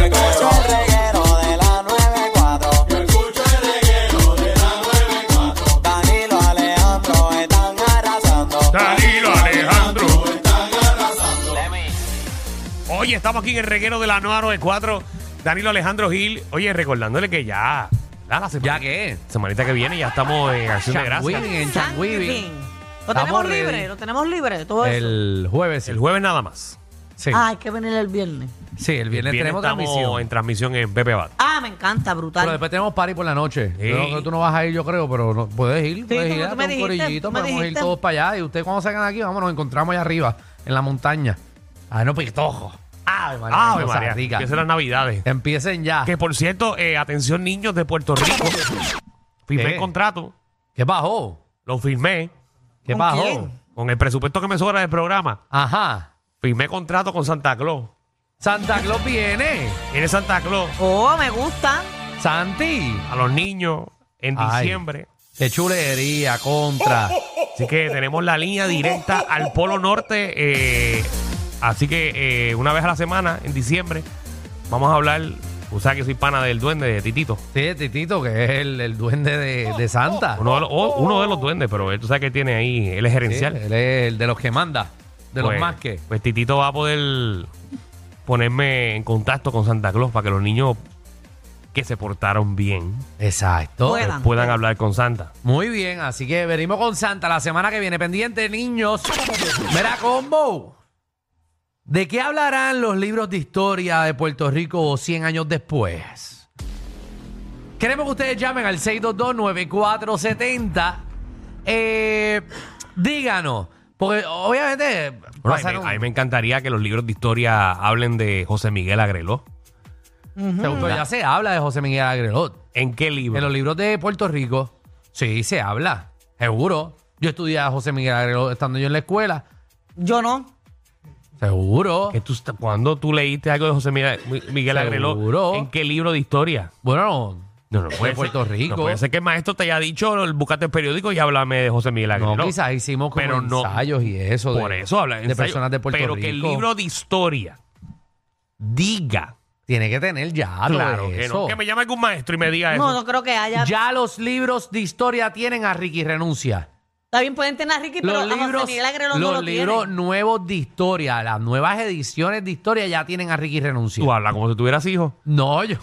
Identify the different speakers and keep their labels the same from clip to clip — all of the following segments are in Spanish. Speaker 1: descuero. el reguero de la 94. Yo escucho el reguero de la 94. Danilo Alejandro están arrasando.
Speaker 2: Danilo Alejandro.
Speaker 1: están arrasando.
Speaker 2: Oye, estamos aquí en el reguero de la 994. Danilo Alejandro Gil. Oye, recordándole que ya. ¿verdad? La semana-
Speaker 3: ¿Ya qué?
Speaker 2: Semanita que viene ya estamos en Acción de Gracias.
Speaker 3: Changuiving, en
Speaker 4: Thanksgiving.
Speaker 3: Changuiving.
Speaker 4: Lo tenemos
Speaker 3: Estamos ready.
Speaker 4: libre, lo tenemos libre, todo eso.
Speaker 3: El jueves. sí.
Speaker 2: El jueves nada más.
Speaker 3: Sí.
Speaker 4: Ah, hay que venir el viernes.
Speaker 3: sí, el viernes,
Speaker 2: Viene,
Speaker 3: tenemos
Speaker 2: estamos
Speaker 3: transmisión.
Speaker 2: en transmisión en Pepe Bat.
Speaker 4: Ah, me encanta, brutal.
Speaker 3: Pero después tenemos party por la noche.
Speaker 2: Sí.
Speaker 3: Yo creo que tú no vas a ir, yo creo, pero no- puedes ir. puedes
Speaker 4: tú-
Speaker 3: ir
Speaker 4: tú me
Speaker 3: con un
Speaker 4: dijiste,
Speaker 3: corillito,
Speaker 4: tú me
Speaker 3: podemos ir
Speaker 4: dijiste.
Speaker 3: todos para allá. Y ustedes cuando salgan de aquí, vamos, nos encontramos allá arriba, en la montaña. Ah, no, pitojo. Ave María.
Speaker 2: Ah,
Speaker 3: qué cosa
Speaker 2: María.
Speaker 3: rica.
Speaker 2: Empiezan las navidades.
Speaker 3: Empiecen ya.
Speaker 2: Que por cierto, eh, atención niños de Puerto Rico. Firmé
Speaker 3: ¿Qué?
Speaker 2: el contrato.
Speaker 3: ¿Qué bajó?
Speaker 2: Lo firmé.
Speaker 3: ¿Qué
Speaker 4: ¿Con
Speaker 3: bajó?
Speaker 4: quién?
Speaker 2: Con el presupuesto que me sobra del programa.
Speaker 3: Ajá.
Speaker 2: Firmé contrato con Santa Claus.
Speaker 3: Santa Claus viene.
Speaker 2: Viene Santa Claus
Speaker 4: Oh, me gusta.
Speaker 3: Santi.
Speaker 2: a los niños en
Speaker 3: Ay.
Speaker 2: diciembre.
Speaker 3: Qué chulería, contra.
Speaker 2: Así que tenemos la línea directa al Polo Norte. eh, así que eh, una vez a la semana, en diciembre, vamos a hablar. O sea que soy pana del duende de Titito.
Speaker 3: Sí, Titito, que es el, el duende de, de Santa.
Speaker 2: Uno de los, o- uno de los duendes, pero él, tú sabes que tiene ahí, él es
Speaker 3: Sí,
Speaker 2: gerencial.
Speaker 3: él es el de los que manda, de los
Speaker 2: Pues-
Speaker 3: más que.
Speaker 2: Pues Titito va a poder ponerme en contacto con Santa Claus para que los niños que se portaron bien
Speaker 3: Exacto.
Speaker 4: Bueno.
Speaker 2: pues,
Speaker 4: Puedan.
Speaker 2: puedan hablar con Santa.
Speaker 3: Muy bien, así que venimos con Santa la semana que viene. Pendiente, niños. Mira, combo. ¿De qué hablarán los libros de historia de Puerto Rico 100 años después? Queremos que ustedes llamen al 622-9470. Eh, díganos, porque obviamente...
Speaker 2: Bueno, a, mí,
Speaker 3: pasaron-
Speaker 2: me- a mí me encantaría que los libros de historia hablen de José Miguel Agreló.
Speaker 3: Pero ya se habla de José Miguel Agrelot.
Speaker 2: ¿En qué libro?
Speaker 3: En los libros de Puerto Rico, sí, se habla, seguro. Yo estudié a José Miguel Agrelo estando yo en la escuela,
Speaker 4: Yo no.
Speaker 3: seguro.
Speaker 2: Que tú está- ¿Cuándo tú leíste algo de José Miguel, Mi- Miguel Agreló?
Speaker 3: Seguro.
Speaker 2: ¿En qué libro de historia?
Speaker 3: Bueno,
Speaker 2: No, no
Speaker 3: de Puerto
Speaker 2: ser,
Speaker 3: Rico.
Speaker 2: No puede ser que el maestro te haya dicho, el, búscate el periódico y háblame de José Miguel Agreló.
Speaker 3: no, quizás hicimos como
Speaker 2: Pero no.
Speaker 3: ensayos y eso. de-
Speaker 2: Por eso habla
Speaker 3: de
Speaker 2: ensayo.
Speaker 3: personas de Puerto
Speaker 2: Pero
Speaker 3: Rico.
Speaker 2: que el libro de historia diga.
Speaker 3: tiene que tener ya algo
Speaker 2: Claro,
Speaker 3: de
Speaker 2: que
Speaker 3: eso.
Speaker 2: no. Que me llame algún maestro y me diga eso.
Speaker 4: No, no creo que haya.
Speaker 3: Ya los libros de historia tienen a Ricky Renuncia.
Speaker 4: También pueden tener a Ricky, pero
Speaker 3: Los
Speaker 4: a José
Speaker 3: libros,
Speaker 4: Miguel Agrelo no
Speaker 3: los
Speaker 4: lo
Speaker 3: libros
Speaker 4: tiene.
Speaker 3: nuevos de historia, las nuevas ediciones de historia ya tienen a Ricky Renuncia.
Speaker 2: Tú hablas como si tuvieras hijos.
Speaker 3: No, yo.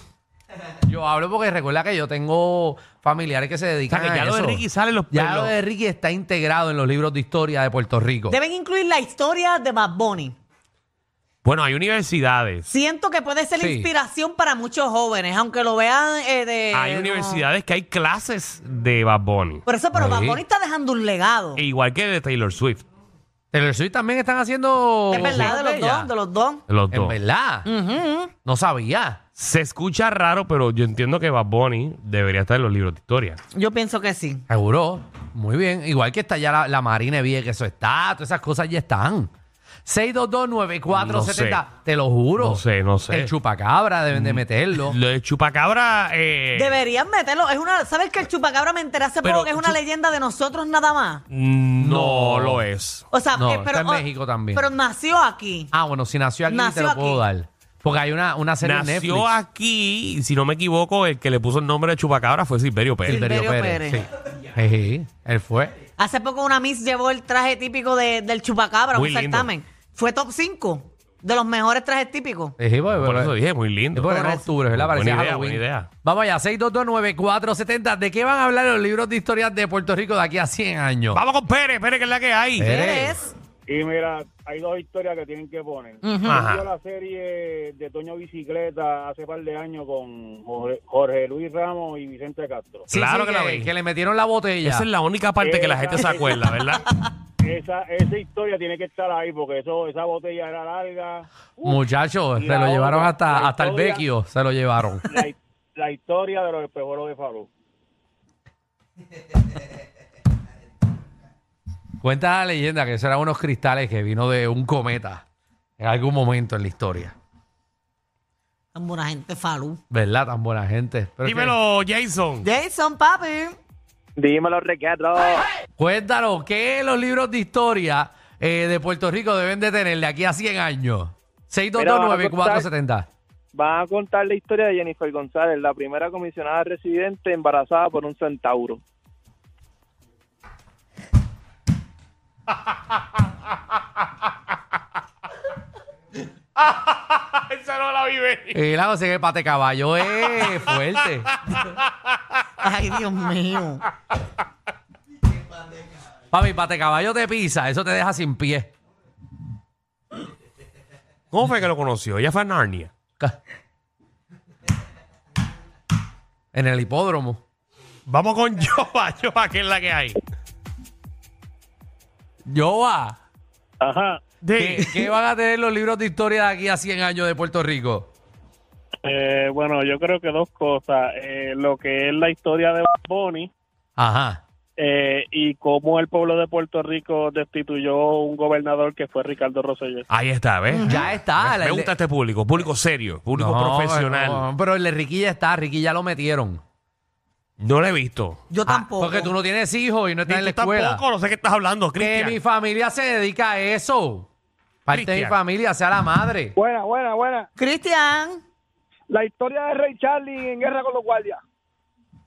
Speaker 3: Yo hablo porque recuerda que yo tengo familiares que se dedican
Speaker 2: que
Speaker 3: a
Speaker 2: ya lo de
Speaker 3: eso.
Speaker 2: Ricky sale en los- en
Speaker 3: Ya lo
Speaker 2: los-
Speaker 3: de Ricky está integrado en los libros de historia de Puerto Rico.
Speaker 4: Deben incluir la historia de Bad Bunny.
Speaker 2: Bueno, hay universidades.
Speaker 4: Siento que puede ser
Speaker 3: Sí.
Speaker 4: inspiración para muchos jóvenes, aunque lo vean eh, de.
Speaker 2: hay
Speaker 4: no.
Speaker 2: universidades que hay clases de Bad Bunny.
Speaker 4: Por eso, pero
Speaker 3: Sí.
Speaker 4: Bad Bunny está dejando un legado.
Speaker 2: E igual que de Taylor Swift.
Speaker 3: Taylor Swift también están haciendo.
Speaker 4: es verdad, de los
Speaker 3: ella.
Speaker 4: dos, de los dos.
Speaker 2: Los
Speaker 3: En
Speaker 2: dos.
Speaker 3: verdad. No sabía.
Speaker 2: Se escucha raro, pero yo entiendo que Bad Bunny debería estar en los libros de historia.
Speaker 4: Yo pienso que sí.
Speaker 3: Seguro. Muy bien. Igual que está ya la, la Marina Vie, que eso está. Todas esas cosas ya están. 6229470.
Speaker 2: No sé.
Speaker 3: Te lo juro.
Speaker 2: No sé, no sé. Mm.
Speaker 3: El chupacabra deben de meterlo.
Speaker 2: Lo de Chupacabra. eh,
Speaker 4: Deberían meterlo. Es una, ¿Sabes que el chupacabra me enteré hace
Speaker 2: Pero
Speaker 4: poco que es una
Speaker 2: chu-
Speaker 4: leyenda de nosotros nada más?
Speaker 2: mm, No
Speaker 3: No.
Speaker 2: lo es.
Speaker 4: O sea,
Speaker 3: No,
Speaker 4: eh, pero,
Speaker 3: está en
Speaker 4: oh,
Speaker 3: México también.
Speaker 4: Pero nació aquí.
Speaker 3: Ah, bueno, si nació aquí
Speaker 4: Nació
Speaker 3: te lo
Speaker 4: aquí.
Speaker 3: puedo dar. Porque hay una, una serie en Netflix.
Speaker 2: Nació aquí, y si no me equivoco, el que le puso el nombre de Chupacabra fue Silverio Pérez.
Speaker 4: Silverio
Speaker 3: Silverio Pérez. Sí. Sí, él fue.
Speaker 4: Hace poco una Miss llevó el traje típico de- del chupacabra,
Speaker 2: Muy
Speaker 4: un
Speaker 2: lindo.
Speaker 4: certamen. Fue top 5. de los mejores trajes típicos.
Speaker 3: Sí, pues,
Speaker 2: Por
Speaker 3: pues,
Speaker 2: eso dije, muy lindo.
Speaker 3: Porque era en octubre, ¿verdad?
Speaker 2: Buena
Speaker 3: Parecía
Speaker 2: idea,
Speaker 3: Halloween.
Speaker 2: buena idea.
Speaker 3: Vamos allá, 6229470. ¿De qué van a hablar los libros de historias de Puerto Rico de aquí a 100 años?
Speaker 2: Vamos con Pérez, Pérez, que es la que hay.
Speaker 3: Pérez.
Speaker 4: Eres.
Speaker 5: Y mira, hay dos historias que tienen que poner.
Speaker 4: Ujú.
Speaker 2: Ajá.
Speaker 5: Yo la serie de Toño Bicicleta hace par de años con Jorge- Jorge Luis Ramos y Vicente Castro.
Speaker 2: Claro que la vi.
Speaker 3: Que le metieron la botella.
Speaker 2: Esa es la única parte que la gente se
Speaker 5: Esa-
Speaker 2: acuerda, ¿verdad?
Speaker 5: Esa, esa historia tiene que estar ahí porque eso esa botella era larga. Uf,
Speaker 3: Muchachos,
Speaker 5: Y
Speaker 3: se lo
Speaker 5: la
Speaker 3: llevaron
Speaker 5: otra,
Speaker 3: hasta,
Speaker 5: la
Speaker 3: hasta el
Speaker 5: historia-
Speaker 3: vecchio, se lo llevaron.
Speaker 5: la, hi- la historia de los espejuelos de Falú.
Speaker 3: Cuenta la leyenda que esos eran unos cristales que vino de un cometa en algún momento en la historia.
Speaker 4: Tan buena gente, Falú.
Speaker 3: ¿Verdad? Tan buena gente. Pero es que-
Speaker 2: Dímelo, Jason.
Speaker 4: Jason, papi.
Speaker 5: Dímelo, Ricardo.
Speaker 3: Cuéntanos, ¿qué los libros de historia eh, de Puerto Rico deben de tener de aquí a 100 años? 6229470.
Speaker 6: Van a contar la historia de Jennifer González, la primera comisionada residente embarazada por un centauro.
Speaker 2: Esa no la vive.
Speaker 3: Y la cosa es que Pate Caballo es fuerte.
Speaker 4: Ay, Dios mío.
Speaker 3: Papi, Pate Caballo te pisa, eso te deja sin pie.
Speaker 2: ¿Cómo fue que lo conoció? Ella fue a Narnia.
Speaker 3: Ca- En el hipódromo.
Speaker 2: Vamos con Yoba, Yoba, que es la que hay.
Speaker 3: Yoa,
Speaker 5: Ajá.
Speaker 3: ¿qué, qué van a tener los libros de historia de aquí a 100 años de Puerto Rico?
Speaker 6: Eh, bueno, yo creo que dos cosas. Eh, lo que es la historia de Bad Bunny
Speaker 3: Ajá.
Speaker 6: eh, y cómo el pueblo de Puerto Rico destituyó un gobernador que fue Ricardo Rosselló.
Speaker 2: Ahí está, ¿ves?
Speaker 3: Ya está.
Speaker 2: Me gusta este público, público serio, público profesional. No.
Speaker 3: no, pero el de Ricky ya está, Ricky ya lo metieron.
Speaker 2: lo he visto.
Speaker 4: Yo
Speaker 3: Ah,
Speaker 4: tampoco.
Speaker 3: porque tú no tienes hijos y no estás
Speaker 2: Ni
Speaker 3: en la
Speaker 2: tú
Speaker 3: escuela.
Speaker 2: tampoco, no sé qué estás hablando,
Speaker 3: Que mi
Speaker 2: Cristian.
Speaker 3: familia se dedica a eso. Parte de mi
Speaker 2: Cristian.
Speaker 3: familia, sea la madre.
Speaker 6: Buena, buena, buena.
Speaker 4: Cristian.
Speaker 6: La historia de Rey Charlie en guerra con los guardias.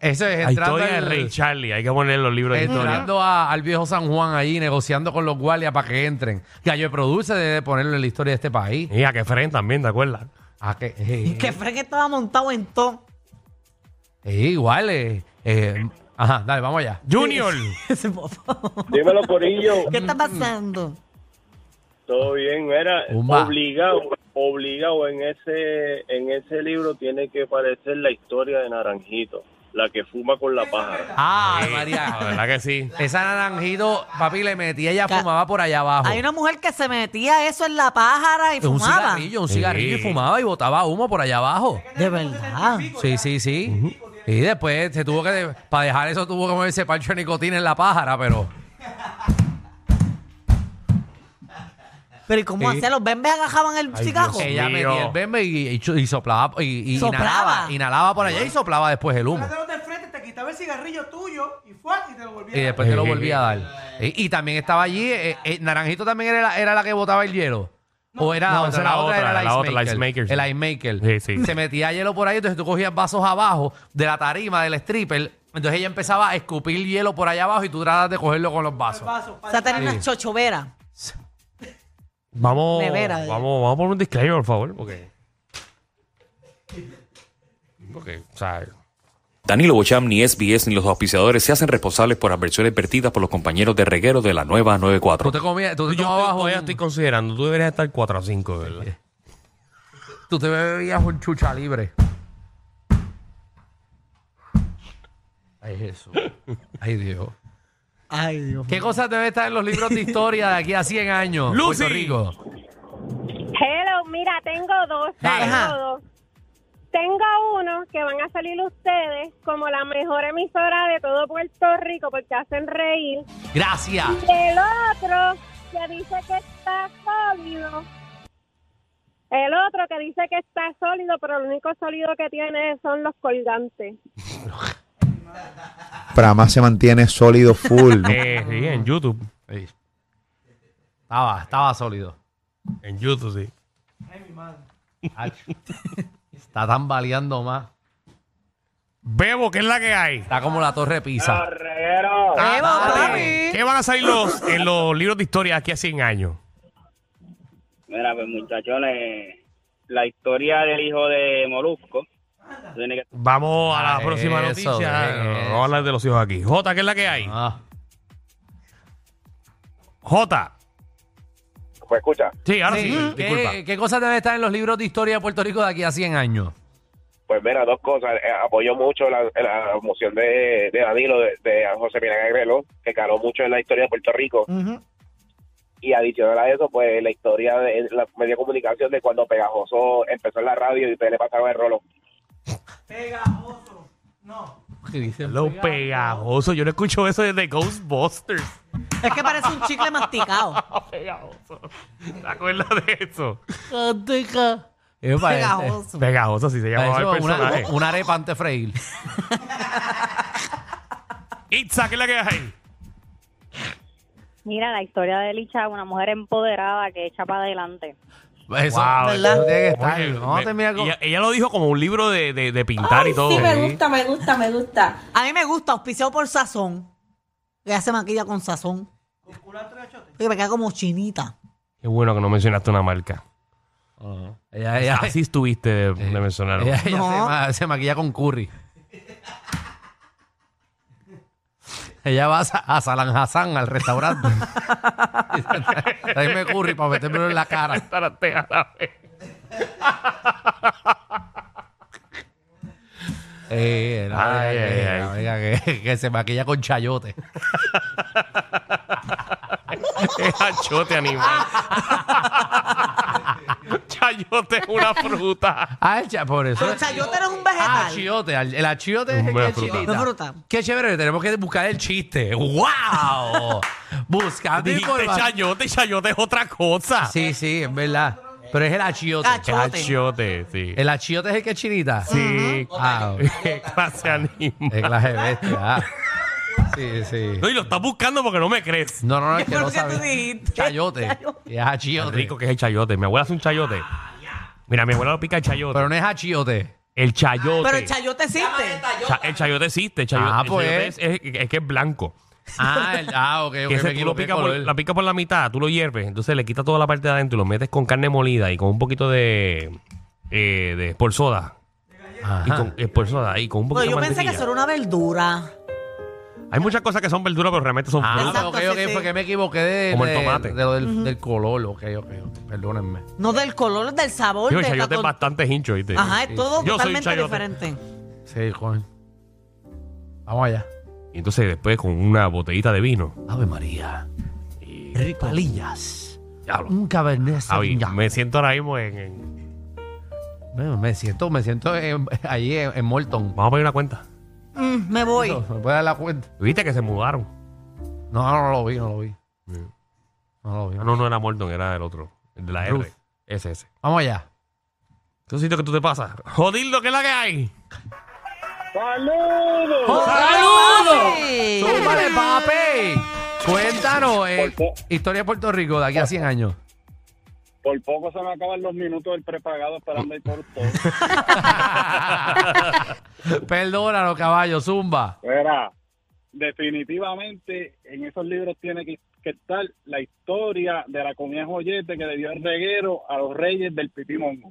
Speaker 3: Eso es
Speaker 2: La
Speaker 3: entrando,
Speaker 2: historia de
Speaker 3: al-
Speaker 2: Rey Charlie, hay que poner los libros de historia.
Speaker 3: entrando a- al viejo San Juan ahí, negociando con los guardias para que entren. Gallo de Produce debe ponerlo en la historia de este país.
Speaker 2: Y a que Fren también, ¿te acuerdas?
Speaker 3: Ah, que,
Speaker 4: Y que Frank estaba montado en todo.
Speaker 3: eh, igual. eh, eh, ajá, dale, vamos allá.
Speaker 2: Junior.
Speaker 4: Ese papá.
Speaker 5: Dímelo, Corillo.
Speaker 4: ¿Qué
Speaker 3: Mm,
Speaker 4: está pasando?
Speaker 6: Todo bien, era
Speaker 3: Zumba.
Speaker 6: obligado, obligado en ese en ese libro tiene que aparecer la historia de Naranjito, la que fuma con la pájara.
Speaker 3: Ah,
Speaker 2: Sí, La
Speaker 3: María.
Speaker 2: verdad que sí.
Speaker 3: Esa naranjito, papi, le metía, ella
Speaker 4: Ca-
Speaker 3: fumaba por allá abajo.
Speaker 4: Hay una mujer que se metía eso en la pájara y
Speaker 3: un
Speaker 4: fumaba.
Speaker 3: cigarrillo, un cigarrillo y
Speaker 2: Sí.
Speaker 3: fumaba y botaba humo por allá abajo.
Speaker 4: De verdad.
Speaker 3: Sí, sí, sí. Y después se tuvo que, para dejar eso, tuvo que moverse pancho de nicotina en la pájara, pero
Speaker 4: Pero ¿y cómo
Speaker 3: Sí.
Speaker 4: hacía? ¿Los bembes agajaban el
Speaker 2: Ay,
Speaker 4: cigarro?
Speaker 2: Dios.
Speaker 3: ella
Speaker 2: mío.
Speaker 3: metía el bembe y, y chu- y soplaba, y, y
Speaker 4: Soplaba.
Speaker 3: inhalaba, inhalaba por allá y soplaba después el humo.
Speaker 7: Dándolos de frente, te quitaba el cigarrillo tuyo y fue y te lo volvía
Speaker 3: Y
Speaker 7: a dar.
Speaker 3: después te lo
Speaker 2: Eh.
Speaker 3: volvía a dar. Y, y también estaba allí, eh, eh, Naranjito también era, la- era la que botaba el hielo. o era la
Speaker 2: No,
Speaker 3: otra,
Speaker 2: esa era
Speaker 3: la otra
Speaker 2: otra,
Speaker 3: era la,
Speaker 2: la
Speaker 3: ice
Speaker 2: otra, la
Speaker 3: maker,
Speaker 2: ice maker, sí.
Speaker 3: El ice
Speaker 2: Sí,
Speaker 3: maker.
Speaker 2: sí.
Speaker 3: Se metía hielo por ahí, entonces tú cogías vasos abajo de la tarima del stripper. Entonces ella empezaba a escupir hielo por allá abajo y tú tratas de cogerlo con los vasos.
Speaker 7: Paso,
Speaker 4: O
Speaker 7: paso.
Speaker 4: sea, tener unas chochoveras.
Speaker 2: Vamos,
Speaker 4: Nevera,
Speaker 2: vamos,
Speaker 4: de-
Speaker 2: vamos a poner un disclaimer, por favor, porque. Porque, o sea,
Speaker 8: Danilo Bocham, ni SBS, ni los auspiciadores se hacen responsables por adversiones vertidas por los compañeros de reguero de la nueva 94.
Speaker 3: Tú te comías, tú te
Speaker 2: yo
Speaker 3: tomabas
Speaker 2: abajo ya
Speaker 3: un-
Speaker 2: estoy considerando, tú deberías estar 4 a 5, ¿verdad?
Speaker 3: Tú te bebías un chucha libre. Ay, Jesús. Ay, Dios.
Speaker 4: Ay, Dios.
Speaker 3: ¿Qué cosas debe estar en los libros de historia de aquí a 100 años?
Speaker 2: Lucy.
Speaker 3: Puerto Rico.
Speaker 9: Hello, mira, tengo dos.
Speaker 3: Dale.
Speaker 9: Tengo dos. Tengo uno que van a salir ustedes como la mejor emisora de todo Puerto Rico porque hacen reír.
Speaker 3: Gracias.
Speaker 9: Y el otro que dice que está sólido. El otro que dice que está sólido, pero lo único sólido que tiene son los colgantes.
Speaker 10: más se mantiene sólido full. ¿no?
Speaker 2: Eh, sí, en YouTube.
Speaker 3: Sí. Estaba, estaba sólido.
Speaker 2: En YouTube, sí.
Speaker 3: Ay, Está tambaleando más.
Speaker 2: Bebo, ¿qué es la que hay?
Speaker 3: Está como la torre Pisa.
Speaker 5: Reguero.
Speaker 4: Bebo,
Speaker 2: Ah,
Speaker 3: dale.
Speaker 4: papi.
Speaker 2: ¿Qué van a salir los, en los libros de historia aquí a 100 años?
Speaker 11: Mira, pues muchachones, la historia del hijo de Molusco.
Speaker 6: Ah.
Speaker 11: Tiene que...
Speaker 2: Vamos a la
Speaker 11: Ah,
Speaker 2: próxima
Speaker 11: eso,
Speaker 2: noticia.
Speaker 11: bien,
Speaker 2: No, Vamos a hablar de los hijos aquí. Jota, ¿qué es la que hay?
Speaker 3: Ah,
Speaker 2: Jota.
Speaker 12: Pues escucha.
Speaker 2: Sí, ahora sí.
Speaker 3: ¿Qué-
Speaker 2: Disculpa.
Speaker 3: ¿Qué, cosas deben estar en los libros de historia de Puerto Rico de aquí a 100 años?
Speaker 12: Pues mira, dos cosas. Eh, apoyo mucho la, la moción de, de Danilo, de, de José Miguel Agrelo, que caló mucho en la historia de Puerto Rico. Y adicional a eso, pues la historia de la media de comunicación de cuando Pegajoso empezó en la radio y ustedes le pasaron el rolo.
Speaker 2: Lo pegajoso. Yo no escucho eso desde Ghostbusters.
Speaker 4: Es que parece un chicle masticado.
Speaker 2: ¿Te acuerdas de eso?
Speaker 3: Eso parece.
Speaker 4: Pegajoso.
Speaker 2: Pegajoso, sí se llamaba
Speaker 3: este, Eso,
Speaker 2: el
Speaker 3: una-
Speaker 2: personaje.
Speaker 3: Una, arepa antes de freír.
Speaker 2: Itza, ¿qué es la que hay?
Speaker 9: Mira, la historia de Licha, una mujer empoderada que echa para adelante.
Speaker 3: Eso,
Speaker 2: Wow,
Speaker 3: eso tiene que
Speaker 2: oye,
Speaker 3: estar. Vamos a
Speaker 2: me-
Speaker 3: terminar con-
Speaker 2: ella, ella lo dijo como un libro de, de- de pintar y todo.
Speaker 4: me gusta, me gusta. A mí me gusta, auspiciado por Sazón. Que hace maquilla con Sazón. Que me queda como chinita.
Speaker 2: Qué bueno que no mencionaste una marca.
Speaker 3: Ella, ella-
Speaker 2: Así estuviste de, de mencionar.
Speaker 3: ella- ella se, ma- se maquilla con curry. Ella va a, Sa- a Salan Hassan, al restaurante. Tráeme curry para metérmelo en la cara. Eh, la
Speaker 2: Ay, ay,
Speaker 3: verdad que-
Speaker 2: ay.
Speaker 3: la verdad que, que se maquilla con chayote.
Speaker 2: Es achote animal. Chayote es una fruta.
Speaker 3: Ah, el cha- por eso.
Speaker 4: Pero el chayote no es un
Speaker 3: Ah,
Speaker 4: vegetal.
Speaker 3: achiote. al- El achiote es el
Speaker 2: Una
Speaker 3: que es
Speaker 2: fruta.
Speaker 3: chiquita.
Speaker 4: Una fruta.
Speaker 3: Qué chévere, tenemos que buscar el chiste. ¡Wow! Buscando
Speaker 2: Dijiste
Speaker 3: información.
Speaker 2: chayote, chayote es otra cosa.
Speaker 3: Sí, sí, es verdad. Pero es el achiote.
Speaker 2: Es achiote, sí.
Speaker 3: El achiote es el que es chinita.
Speaker 2: Sí.
Speaker 3: Ah,
Speaker 2: Qué clase animal.
Speaker 3: es clase de bestia. ah. Sí, sí.
Speaker 2: No, y lo estás buscando porque no me crees.
Speaker 3: No, no, no, es que
Speaker 4: Yo
Speaker 3: no
Speaker 4: creo que tú
Speaker 3: sabes.
Speaker 4: dijiste.
Speaker 3: Chayote. Y es
Speaker 2: Qué
Speaker 3: achiote.
Speaker 2: rico que es el chayote. Mi abuela hace un chayote. Mira, mi abuela lo pica el chayote.
Speaker 3: Pero no es achiote.
Speaker 2: el chayote.
Speaker 4: Pero el chayote existe.
Speaker 2: Cha- el chayote existe. El chayote,
Speaker 3: Ah,
Speaker 2: el
Speaker 3: pues.
Speaker 2: chayote es, es- es que es blanco.
Speaker 3: Ah, el, ah, ok, ok.
Speaker 2: Que ese
Speaker 3: me
Speaker 2: tú lo
Speaker 3: equivoqué
Speaker 2: pica
Speaker 3: con
Speaker 2: por,
Speaker 3: él.
Speaker 2: la pica por la mitad, tú lo hierves, entonces le quitas toda la parte de adentro y lo metes con carne molida y con un poquito de. Eh, de por soda. Y
Speaker 3: Ajá.
Speaker 2: con, eh, por soda y con un
Speaker 4: Pero
Speaker 2: poquito
Speaker 4: yo
Speaker 2: de
Speaker 4: pensé que
Speaker 2: mantequilla.
Speaker 4: eso era una verdura.
Speaker 2: Hay muchas cosas que son verduras, pero realmente son
Speaker 3: Ah,
Speaker 2: frutas.
Speaker 4: Exacto,
Speaker 3: ok, ok,
Speaker 4: sí, sí.
Speaker 3: porque me equivoqué de,
Speaker 2: Como el
Speaker 3: de-
Speaker 2: tomate.
Speaker 3: de lo del, del color, ok, ok, ok, perdónenme.
Speaker 4: No del color, del sabor.
Speaker 2: Digo, el
Speaker 4: de la
Speaker 2: chayote es
Speaker 4: con-
Speaker 2: bastante hincho, ¿viste?
Speaker 4: Ajá, es todo
Speaker 2: Yo soy un
Speaker 4: totalmente
Speaker 2: chayote.
Speaker 4: diferente.
Speaker 3: Sí, coño. Vamos allá.
Speaker 2: Y entonces después con una botellita de vino.
Speaker 3: Ave María. Ripalillas.
Speaker 2: Diablo.
Speaker 3: Un cabernet
Speaker 2: Javi,
Speaker 3: sauvignon.
Speaker 2: me siento ahora mismo en, en-
Speaker 3: Bueno, Me siento, me siento en- ahí en, en Morton.
Speaker 2: Vamos a pedir una cuenta.
Speaker 4: Mm, me voy.
Speaker 3: ¿Me puede dar la cuenta?
Speaker 2: ¿Viste que se mudaron?
Speaker 3: No, no lo vi, no lo vi. No lo vi.
Speaker 2: Ah, No, no era Morton, era el otro. El de la
Speaker 3: Ruth.
Speaker 2: R. Ese, ese.
Speaker 3: Vamos allá.
Speaker 2: ¿Qué sitio que tú te pasas? Jodildo, ¿qué es la que hay?
Speaker 4: ¡Oh,
Speaker 12: ¡Saludos!
Speaker 4: Ay.
Speaker 3: ¡Súmale, papi! Cuéntanos, eh, historia de Puerto Rico de aquí a 100 años.
Speaker 5: Por poco se me acaban los minutos del prepagado esperando el corto.
Speaker 3: Perdónanos, caballo, zumba.
Speaker 5: Verá, definitivamente en esos libros tiene que, que estar la historia de la comida joyete que le dio el reguero a los reyes del pitimongo.